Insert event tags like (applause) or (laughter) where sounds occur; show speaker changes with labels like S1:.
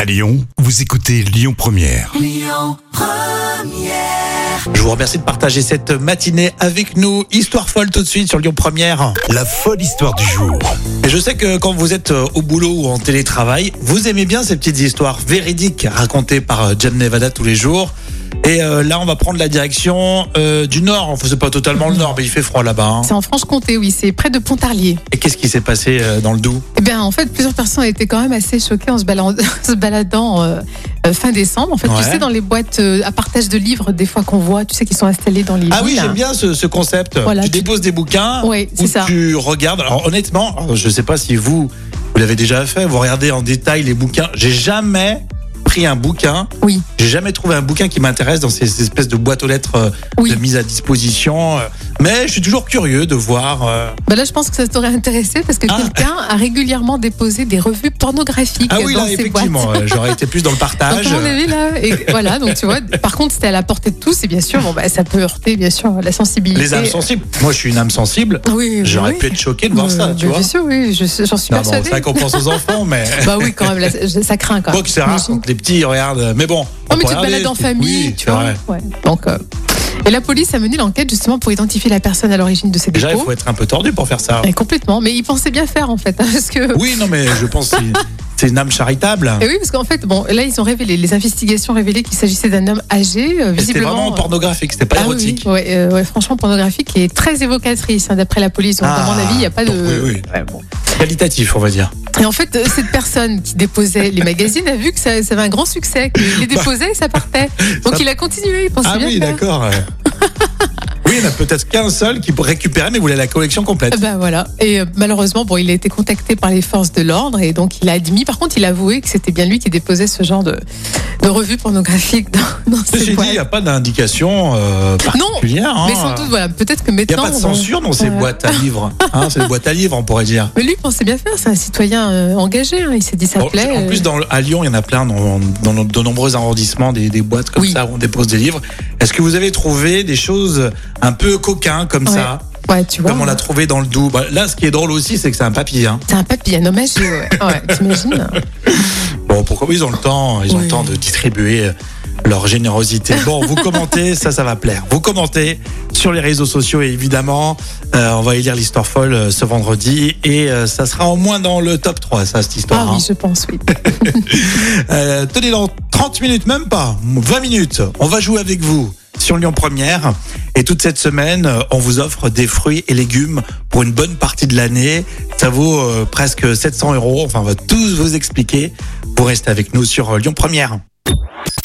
S1: À Lyon, vous écoutez Lyon Première.
S2: Je vous remercie de partager cette matinée avec nous. Histoire folle tout de suite sur Lyon Première.
S1: La folle histoire du jour.
S2: Et je sais que quand vous êtes euh, au boulot ou en télétravail, vous aimez bien ces petites histoires véridiques racontées par euh, Jam Nevada tous les jours. Et euh, là, on va prendre la direction euh, du nord. Enfin, c'est pas totalement le nord, mais il fait froid là-bas. hein.
S3: C'est en Franche-Comté, oui, c'est près de Pontarlier.
S2: Et qu'est-ce qui s'est passé euh, dans le Doubs
S3: Eh bien, en fait, plusieurs personnes étaient quand même assez choquées en se balan- (laughs) en se baladant euh, euh, fin décembre. En fait,
S2: Ouais.
S3: tu sais, dans les boîtes euh, à partage de livres, des fois qu'on voit, tu sais, qui sont installés dans les
S2: Ah oui,
S3: villes.
S2: j'aime bien ce, ce concept.
S3: Voilà,
S2: tu
S3: tu-
S2: déposes des bouquins
S3: Oui,
S2: ou
S3: c'est ça.
S2: tu regardes. Alors honnêtement, je sais pas si vous vous l'avez déjà fait. Vous regardez en détail les bouquins. J'ai jamais pris un bouquin.
S3: Oui.
S2: J'ai jamais trouvé un bouquin qui m'intéresse dans ces ces espèces de boîtes aux lettres euh,
S3: Oui.
S2: de mise à disposition. euh, Mais je suis toujours curieux de voir. euh,
S3: Bah là, je pense que ça t'aurait intéressé parce que
S2: Ah.
S3: quelqu'un a régulièrement déposé des revues pornographiques
S2: Ah oui,
S3: dans
S2: là
S3: ces boîtes.
S2: effectivement, Ah, euh, j'aurais été plus dans le
S3: Donc,
S2: partage.
S3: on avait là, et voilà, donc tu vois, par contre, c'était à la portée de tous, et bien sûr, bon, bah, ça peut heurter, bien sûr, la sensibilité.
S2: euh, Les âmes sensibles. Moi, je suis une âme sensible.
S3: Oui, oui,
S2: J'aurais
S3: oui.
S2: pu être choqué de voir
S3: Euh,
S2: ça,
S3: bah,
S2: tu vois.
S3: Bien sûr, oui, je- j'en suis
S2: Non, bon,
S3: persuadée.
S2: c'est vrai qu'on pense aux enfants,
S3: (laughs)
S2: mais. (laughs)
S3: Bah oui, quand même, là, ça ça craint quand même.
S2: Bon, que c'est rare
S3: J'imagine.
S2: quand les petits regardent. euh, Mais bon. on
S3: Non, mais
S2: peut
S3: tu te
S2: regarder,
S3: balades en
S2: c'est-
S3: famille,
S2: oui,
S3: tu
S2: c'est
S3: vois.
S2: vrai.
S3: Ouais. Donc, euh, Et la police a mené l'enquête justement pour identifier la personne à l'origine de ces
S2: Déjà, il
S3: dépôts.
S2: faut être un peu tordu pour faire ça.
S3: Et complètement, mais ils pensaient bien faire en fait, hein, parce que.
S2: Oui, non, mais je pense que c'est- c'est une âme charitable.
S3: Et oui, parce qu'en fait, bon, là, ils ont révélé, les investigations révélé qu'il s'agissait d'un homme âgé, euh,
S2: Et C'était
S3: visiblement.
S2: vraiment pornographique, c'était pas
S3: Ah oui,
S2: érotique.
S3: oui, ouais, euh, ouais, franchement pornographique et très évocatrice hein, d'après la police. Donc, à mon avis, il n'y a pas de.
S2: Ah, donc, oui, oui. Qualitatif, on va dire.
S3: Et en fait, euh, cette personne qui déposait les magazines a vu que ça, ça avait un grand succès, qu'il
S2: (laughs)
S3: les déposait et ça partait. Donc
S2: Bah. Ça-
S3: il a continué, il pensait
S2: Ah
S3: bien
S2: oui,
S3: faire.
S2: d'accord.
S3: (laughs)
S2: euh. oui, il y en a peut-être qu'un seul qui récupérait, mais voulait la collection complète.
S3: Ben voilà. Et euh, malheureusement, bon, il a été contacté par les forces de l'ordre et donc il a admis. Par contre, il a avoué que c'était bien lui qui déposait ce genre de, de revues pornographiques dans, (laughs) dans
S2: Ceci
S3: ses
S2: dit, il n'y
S3: boîtes.
S2: a pas d'indication euh, particulière.
S3: Mais
S2: hein.
S3: sans doute, Euh. voilà, peut-être que
S2: Il n'y a
S3: maintenant.
S2: pas de
S3: on-
S2: censure dans ces
S3: Ouais.
S2: boîtes à livres. Hein,
S3: (laughs)
S2: c'est des boîtes à livres, on pourrait dire.
S3: Mais lui, il pensait bien faire, c'est un citoyen euh, engagé. hein. Il s'est dit, ça
S2: Bon,
S3: plaît.
S2: en plus,
S3: euh,
S2: dans, à Lyon, il y en a plein dans, dans de nombreux arrondissements, des, des boîtes comme
S3: Oui.
S2: ça où on dépose des livres. Est-ce que vous avez trouvé des choses un peu coquins comme
S3: Ouais.
S2: ça,
S3: Ouais, tu vois.
S2: comme on l'a trouvé dans le Doubs Bah, Là, ce qui est drôle aussi, c'est que c'est un papier. hein.
S3: C'est un papy, un homme âgé, ouais.
S2: (laughs)
S3: ouais t'imagines hein.
S2: Bon, pourquoi Ils ont le temps, ils ont
S3: Oui.
S2: le temps de distribuer leur générosité. Bon, vous commentez, ça, ça va plaire. Vous commentez sur les réseaux sociaux, et évidemment. Euh, on va y lire l'histoire folle euh, ce vendredi et euh, ça sera au moins dans le top 3, ça, cette histoire.
S3: Ah
S2: hein.
S3: oui, je pense, oui.
S2: Euh, tenez dans 30 minutes, même pas, 20 minutes, on va jouer avec vous sur Lyon Première. Et toute cette semaine, euh, on vous offre des fruits et légumes pour une bonne partie de l'année. Ça vaut euh, presque 700 euros. Enfin, on va tous vous expliquer. Vous restez avec nous sur euh, Lyon Première.